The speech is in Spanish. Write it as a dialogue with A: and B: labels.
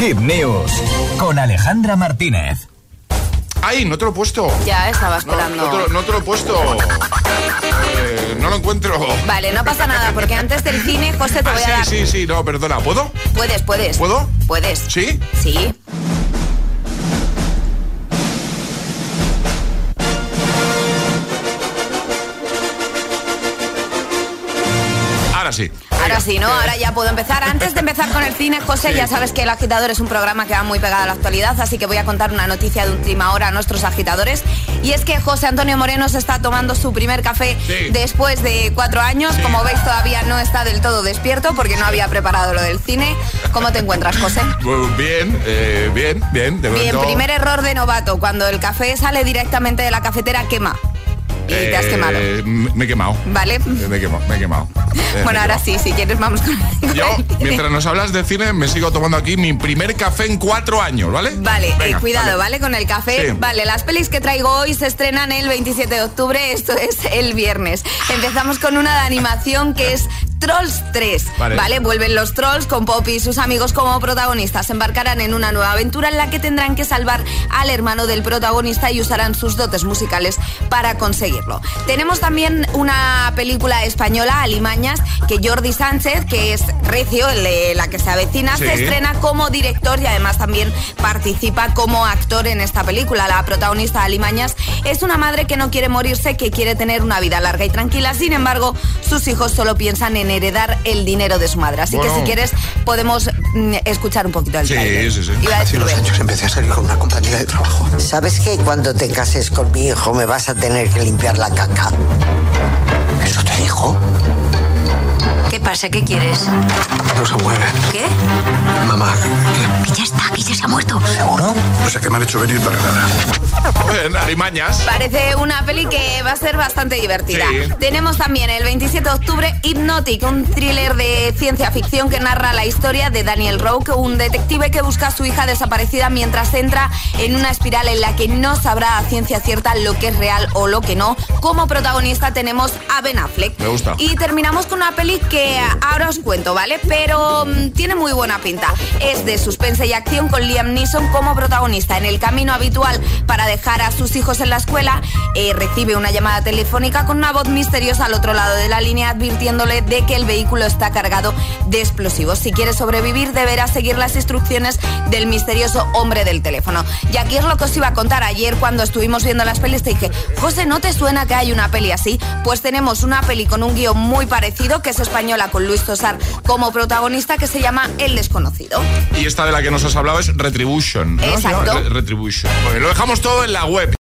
A: Hit News con Alejandra Martínez.
B: ¡Ay, no te lo he puesto!
C: Ya estaba
B: No,
C: esperando.
B: no te lo- no te lo he puesto. Eh, no lo encuentro.
C: Vale, no pasa nada, porque antes del cine, José, te
B: Ah,
C: voy a
B: sí,
C: dar.
B: sí, sí, no, perdona. ¿Puedo?
C: Puedes, puedes.
B: ¿Puedo?
C: Puedes.
B: ¿Sí?
C: Sí.
B: Ahora sí. Eh,
C: Ahora sí, ¿no? Ahora ya puedo empezar. Antes de empezar con el cine, José, ya sabes que El Agitador es un programa que va muy pegado a la actualidad, así que voy a contar una noticia de última hora a nuestros agitadores. Y es que José Antonio Moreno se está tomando su primer café
B: Sí.
C: después de cuatro años. Como veis, todavía no está del todo despierto porque no había preparado lo del cine. ¿Cómo te encuentras, José?
B: Bueno, Bien, eh, bien, bien. De
C: Bien,
B: momento,
C: primer error de novato, cuando el café sale directamente de la cafetera, quema. Y te has
B: eh,
C: quemado.
B: Me me he quemado.
C: ¿Vale?
B: Eh, Me he quemado, me he quemado. Eh, me he
C: Bueno, ahora
B: quemado.
C: sí, si quieres vamos con con
B: Yo,
C: el cine.
B: mientras nos hablas de cine, me sigo tomando aquí mi primer café en cuatro años, ¿vale?
C: Vale, eh,
B: Venga,
C: cuidado, ¿vale? Con el café.
B: Sí.
C: Vale, las pelis que traigo hoy se estrenan el 27 de octubre, esto es el viernes. Empezamos con una de animación que es Trolls 3.
B: Vale.
C: Vale. vuelven los trolls con Poppy y sus amigos como protagonistas. Se embarcarán en una nueva aventura en la que tendrán que salvar al hermano del protagonista y usarán sus dotes musicales para conseguirlo. Tenemos también una película española, Alimañas, que Jordi Sánchez, que es recio, el de la que se avecina, se
B: Sí.
C: estrena como director y además también participa como actor en esta película. La protagonista Alimañas es una madre que no quiere morirse, que quiere tener una vida larga y tranquila. Sin embargo, sus hijos solo piensan en heredar el dinero de su madre. Así
B: Bueno.
C: que si quieres podemos mm, escuchar un poquito el
B: Sí,
C: tráiler.
B: sí, sí.
C: Iba a
D: Hace
C: decir,
D: unos
C: "Ven".
D: años empecé a salir con una compañera de trabajo.
E: ¿Sabes que cuando te cases con mi hijo me vas a tener que limpiar la caca?
D: ¿Eso te dijo?
F: ¿Qué pasa? ¿Qué quieres?
D: No se mueven.
F: ¿Qué?
D: Mamá, ¿qué?
F: Que ya está, que ya se ha muerto.
D: ¿seguro? No sé qué me han hecho venir para nada.
B: Bien, Alimañas.
C: Parece una peli que va a ser bastante divertida.
B: Sí.
C: Tenemos también el 27 de octubre Hypnotic, un thriller de ciencia ficción que narra la historia de Daniel Roque, un detective que busca a su hija desaparecida mientras entra en una espiral en la que no sabrá a ciencia cierta lo que es real o lo que no. Como protagonista tenemos a Ben Affleck.
B: Me gusta.
C: Y terminamos con una peli que ahora os cuento, ¿vale? Pero mm, tiene muy buena pinta. Es de suspense y acción con Liam Neeson como protagonista. En el camino habitual para dejar a sus hijos en la escuela, eh, recibe una llamada telefónica con una voz misteriosa al otro lado de la línea advirtiéndole de que el vehículo está cargado de explosivos. Si quiere sobrevivir, deberá seguir las instrucciones del misterioso hombre del teléfono. Y aquí es lo que os iba a contar ayer cuando estuvimos viendo las pelis. Te dije, José, ¿no te suena que hay una peli así? Pues tenemos una peli con un guión muy parecido, que es española, con Luis Tosar como protagonista, que se llama El Desconocido.
B: Y esta de la que nos has hablado es Retribution. ¿no?
C: Exacto.
B: Re- Retribution. Bueno, lo dejamos todo en la web.